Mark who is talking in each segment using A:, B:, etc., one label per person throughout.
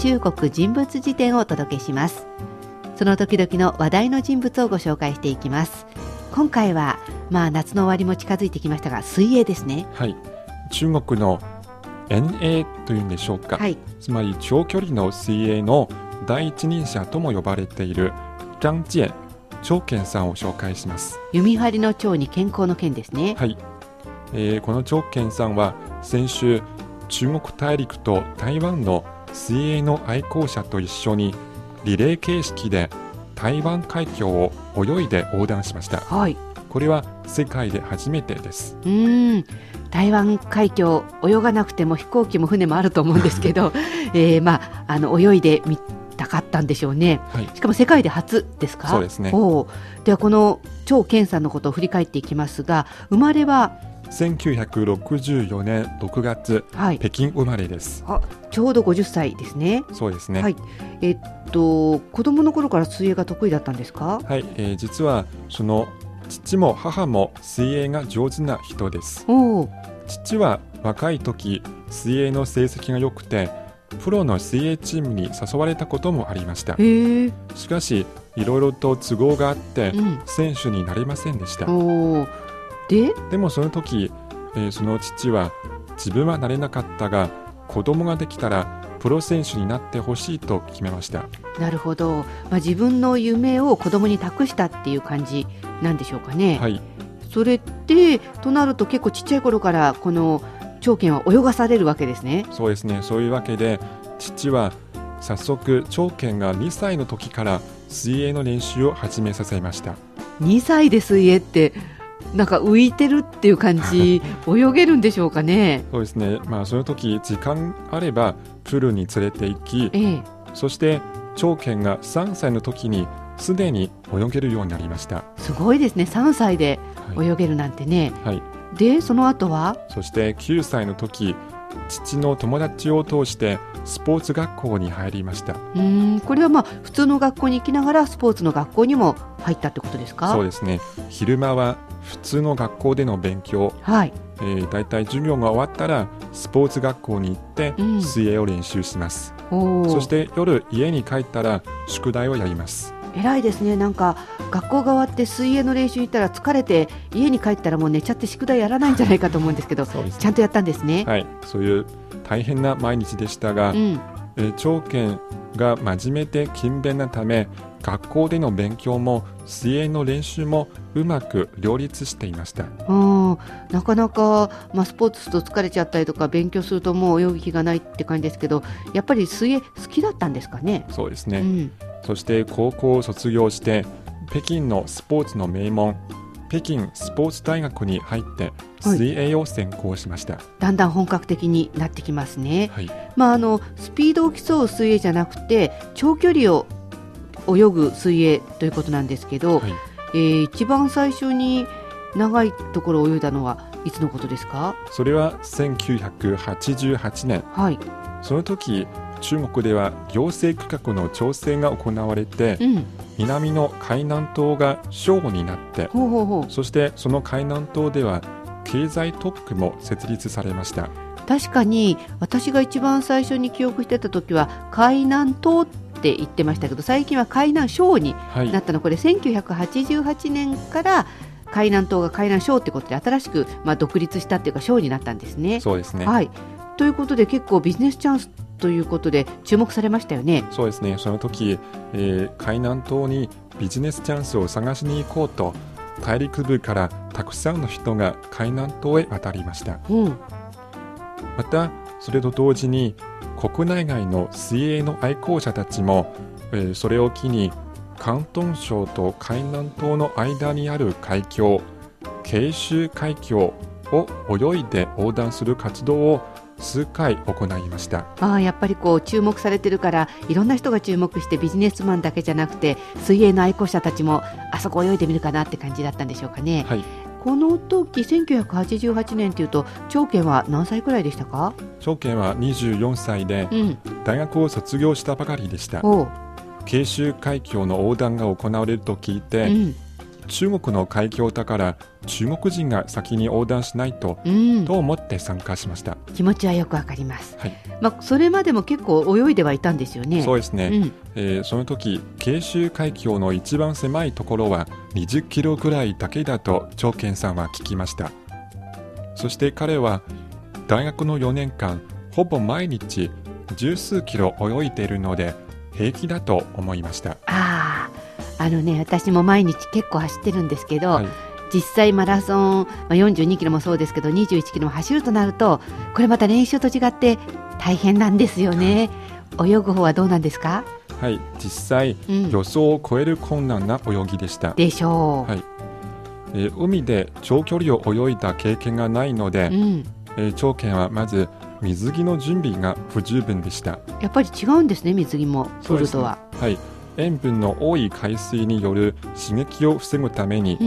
A: 中国人物辞典をお届けしますその時々の話題の人物をご紹介していきます今回はまあ夏の終わりも近づいてきましたが水泳ですね
B: はい、中国の遠泳というんでしょうか、
A: はい
B: つまり長距離の水泳の第一人者とも呼ばれている張健張健さんを紹介します、
A: 弓張りの長に健康の健ですね
B: はいえーこの張健さんは先週中国大陸と台湾の水泳の愛好者と一緒にリレー形式で台湾海峡を泳いで横断しました
A: はい
B: これは世界で初めてです
A: うーん台湾海峡泳がなくても飛行機も船もあると思うんですけ ど、えーまあ、あの泳いでみたかったんでしょうね
B: はい
A: しかも世界で初ですか
B: そうですね
A: おうではこの張健さんのことを振り返っていきますが生まれは、
B: 1964年6月
A: はい、
B: 北京生まれです。
A: あちょうど50歳ですね
B: そうですね。
A: は
B: はいい、
A: えっと子供の頃から水泳が得意だったんですか
B: えー実はその父も母も水泳が上手な人です。
A: おう
B: 父は若い時水泳の成績が良くてプロの水泳チームに誘われたこともありました。
A: へえ、
B: しかしいろいろと都合があって
A: うん、
B: 選手になれませんでした。
A: おうで
B: でもその時、えーその父は自分はなれなかったが子供ができたらプロ選手になってほしいと決めました。
A: なるほど、まあ、自分の夢を子供に託したっていう感じなんでしょうかね。
B: はい。
A: それってとなると結構ちっちゃい頃からこの長剣は泳がされるわけですね。
B: そうですね。そういうわけで、父は早速、長健が2歳の時から水泳の練習を始めさせました。
A: 2歳で水泳ってなんか浮いてるっていう感 じ泳げるんでしょうかね。
B: そうですね。まあ、その時、時間あれば、プールに連れて行き、
A: ええ、
B: そして、長健が3歳の時に、すでに泳げるようになりました。
A: すごいですね3歳で
B: はい。
A: 泳げるなんてね。
B: はい
A: でその後は
B: そして、9歳の時、父の友達を通して、スポーツ学校に入りました。
A: うーんこれはまあ普通の学校に行きながらスポーツの学校にも入ったってことですか
B: そうですね。昼間は、普通の学校での勉強、
A: はい、
B: えー、大体授業が終わったらスポーツ学校に行って
A: うん
B: 水泳を練習します、
A: おー
B: そして夜家に帰ったら宿題をやります
A: 偉いですねなんか学校が終わって水泳の練習行ったら疲れて家に帰ったらもう寝ちゃって宿題やらないんじゃないかと思うんですけど
B: そうです
A: ちゃんとやったんですね、
B: はいそういう大変な毎日でしたが、
A: うん、
B: えー長健が真面目で勤勉なため学校での勉強も水泳の練習もうまく両立していました
A: うんなかなか、まあ、スポーツすると疲れちゃったりとか勉強するともう泳ぐ気がないって感じですけどやっぱり水泳好きだったんですかね
B: そうですね、
A: うん、
B: そして高校を卒業して北京のスポーツの名門北京スポーツ大学に入って水泳を専攻しました、
A: だんだん本格的になってきますね、
B: はい
A: まあ、あのスピードを競う水泳じゃなくて長距離を泳ぐ水泳ということなんですけど、
B: はい
A: えー一番最初に長いところを泳いだのはいつのことですか
B: それは1988年
A: はい、
B: その時中国では行政区画の調整が行われて
A: うん、
B: 南の海南島が省になって
A: ほうほうほ
B: そしてその海南島では経済特区も設立されました
A: う確かに私が一番最初に記憶してた時は海南島って言ってましたけど最近は海南省に
B: はい
A: なったのこれ1988年から海南島が海南省ってことで新しく、まあ、独立したっていうか省になったんですね。
B: そうですね
A: はい、ということで結構ビジネスチャンスということで注目されましたよね。
B: そうですねその時、えー海南島にビジネスチャンスを探しに行こうと大陸部からたくさんの人が海南島へ渡りました
A: うん、
B: またそれと同時に国内外の水泳の愛好者たちも、えーそれを機に広東省と海南島の間にある海峡慶州海峡を泳いで横断する活動を数回行いました
A: ああやっぱりこう注目されてるからいろんな人が注目してビジネスマンだけじゃなくて水泳の愛好者たちもあそこ泳いでみるかなって感じだったんでしょうかね。
B: はい
A: この時1988年というと長健は何歳くらいでしたか、
B: 長健は24歳で
A: うん、
B: 大学を卒業したばかりでした
A: おう、
B: 慶州海峡の横断が行われると聞いて、
A: うん、
B: 中国の海峡だから中国人が先に横断しないと、
A: うん
B: と、思って参加しました。
A: 気持ちはよくわかります、
B: はい
A: まあ、それまでも結構泳いではいたんですよね。
B: そうですね、
A: うん
B: えーその時慶州海峡の一番狭いところは20キロくらいだけだと長健さんは聞きましたそして彼は大学の4年間ほぼ毎日十数キロ泳いでいるので平気だと思いました、
A: あああのね私も毎日結構走ってるんですけど、
B: はい
A: 実際マラソン、まあ、42キロもそうですけど21キロも走るとなるとこれまた練習と違って大変なんですよね。泳ぐ方はどうなんですか、
B: はい、実際
A: うん、
B: 予想を超える困難な泳ぎでした、
A: でしょう。
B: はいえー海で長距離を泳いだ経験がないので、
A: うん、
B: えー長健はまず水着の準備が不十分でした
A: やっぱり違うんですね水着もプールとは。
B: はい、塩分の多い海水による刺激を防ぐために、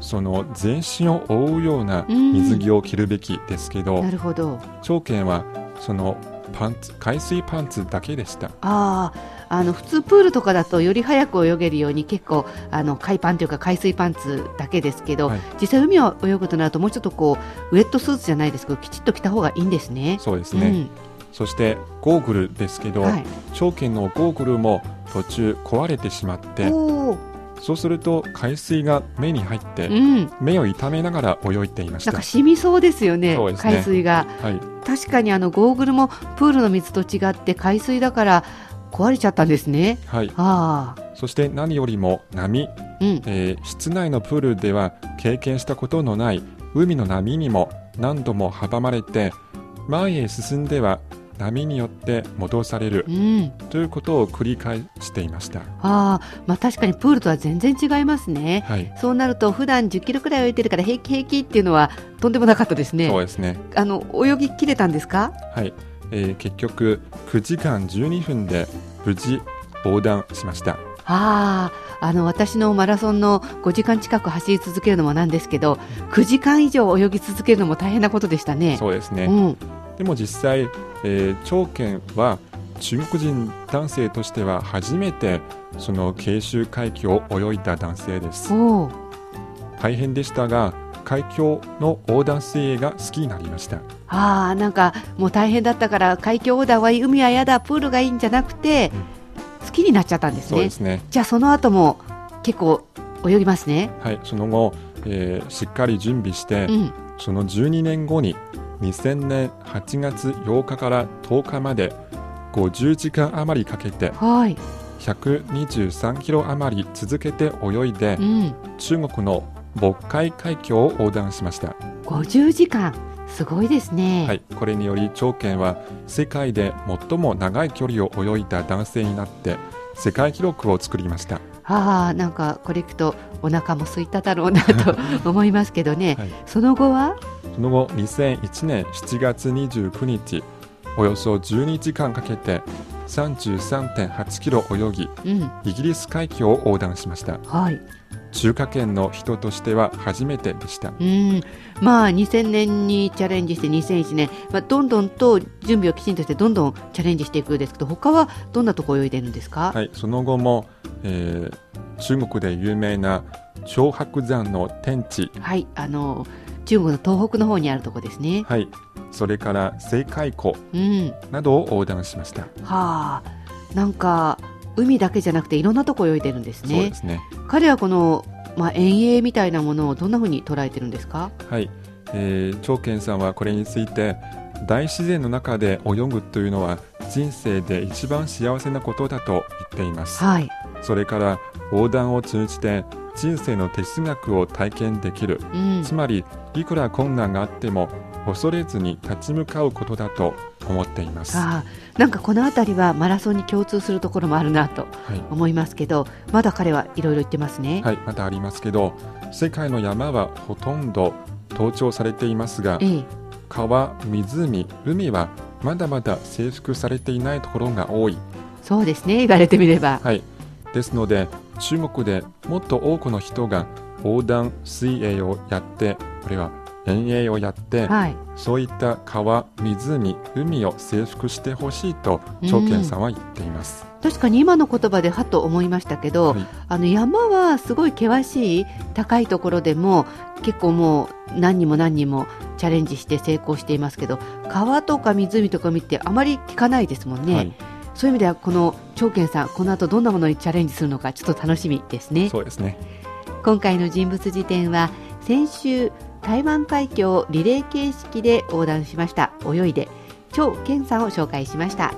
B: その全身を覆うような水着を着るべきですけ
A: う
B: ど
A: ん、な、るほど。
B: 長剣はそのパンツ海水パンツだけでした。
A: ああ、あの普通プールとかだとより早く泳げるように結構あの海パンというか海水パンツだけですけど、
B: はい
A: 実際海を泳ぐとなるともうちょっとこうウェットスーツじゃないですけどきちっと着た方がいいんですね。
B: そうですね、そしてゴーグルですけ
A: う
B: ど、
A: ん、はい。
B: 長剣のゴーグルも途中壊れてしまって
A: おお、
B: そうすると海水が目に入って、
A: うん。
B: 目を痛めながら泳いでいまし
A: な
B: た
A: んか染みそうですよね。
B: そうですね
A: 海水が
B: はい、
A: 確かにあのゴーグルもプールの水と違って海水だから壊れちゃったんですね。
B: はい、
A: あ
B: そして何よりも波
A: あ、うん。
B: えー室内のプールでは経験したことのない海の波にも何度も阻まれて前へ進んでは波によって戻される
A: うん、
B: ということを繰り返していました。
A: ああまあ確かにプールとは全然違いますね
B: はい
A: そうなると普段10キロくらい泳いでるから平気平気っていうのはとんでもなかったですね
B: そうですね、
A: あの泳ぎ切れたんですか
B: はいえー結局9時間12分で無事横断しました
A: あああの私のマラソンの5時間近く走り続けるのもなんですけど9時間以上泳ぎ続けるのも大変なことでしたね
B: そうですね、
A: うん、
B: でも実際、えー、長健は中国人男性としては初めてその慶州海峡を泳いだ男性です
A: おお
B: 大変でしたが海峡の横断水泳が好きになりました
A: ああなんかもう大変だったから海峡横断はいい海はやだプールがいいんじゃなくて好きになっちゃったんです
B: そう
A: ね
B: ですね
A: じゃあその後も結構泳ぎますね
B: はいその後、えーしっかり準備して、
A: うん
B: その12年後に2000年8月8日から10日まで50時間余りかけて
A: はい
B: 123キロ余り続けて泳いで
A: うん
B: 中国の渤海海峡を横断しました、
A: 50時間すごいですね、
B: はい、これにより長健は世界で最も長い距離を泳いだ男性になって世界記録を作りました
A: ああなんかこれ行くとお腹も空いただろうな と思いますけどね、
B: はい
A: その後は
B: その後2001年7月29日およそ12時間かけて33.8キロ泳ぎ
A: うん
B: イギリス海峡を横断しました
A: はい
B: 中華圏の人としては初めてでした
A: うんまあ2000年にチャレンジして2001年、まあ、どんどんと準備をきちんとしてどんどんチャレンジしていくんですけど他はどんなとこ泳いでるんですか、
B: はい、その後も、えー中国で有名な長白山の天地
A: はい、あの中国の東北の方にあるとこですね。
B: はいそれから青海湖
A: うん、
B: などを横断しました、
A: はあ、なんか海だけじゃなくていろんなとこ泳いでるんです
B: そう
A: ね
B: で。すね
A: 彼はこのまあ遠泳みたいなものをどんな風に捉えてるんですか？
B: はい、えー、長健さんはこれについて大自然の中で泳ぐというのは人生で一番幸せなことだと言っています
A: はい、
B: それから横断を通じて人生の哲学を体験できる
A: うん、
B: つまりいくら困難があっても恐れずに立ち向かうことだと思っています、は
A: ああ、なんかこのあたりはマラソンに共通するところもあるなと
B: い
A: 思いますけど、まだ彼はいろいろ言ってますね。
B: はい、またありますけど世界の山はほとんど登頂されていますが
A: ええ、
B: 川湖海はまだまだ征服されていないところが多い、
A: そうですね。言われてみれば、
B: はい、ですので中国でもっと多くの人が横断水泳をやってこれは遠泳をやって、
A: はい、
B: そういった川、湖、海を征服してほしいと長健さんは言っています。
A: 確かに今の言葉ではと思いましたけど、
B: はい
A: あの山はすごい険しい高いところでも結構もう何人も何人もチャレンジして成功していますけど川とか湖とか見てあまり聞かないですもんね、
B: はい
A: そういう意味ではこの長健さんこの後どんなものにチャレンジするのかちょっと楽しみですね
B: そうですね
A: 今回の人物辞典は先週台湾海峡をリレー形式で横断しました泳いで張健さんを紹介しました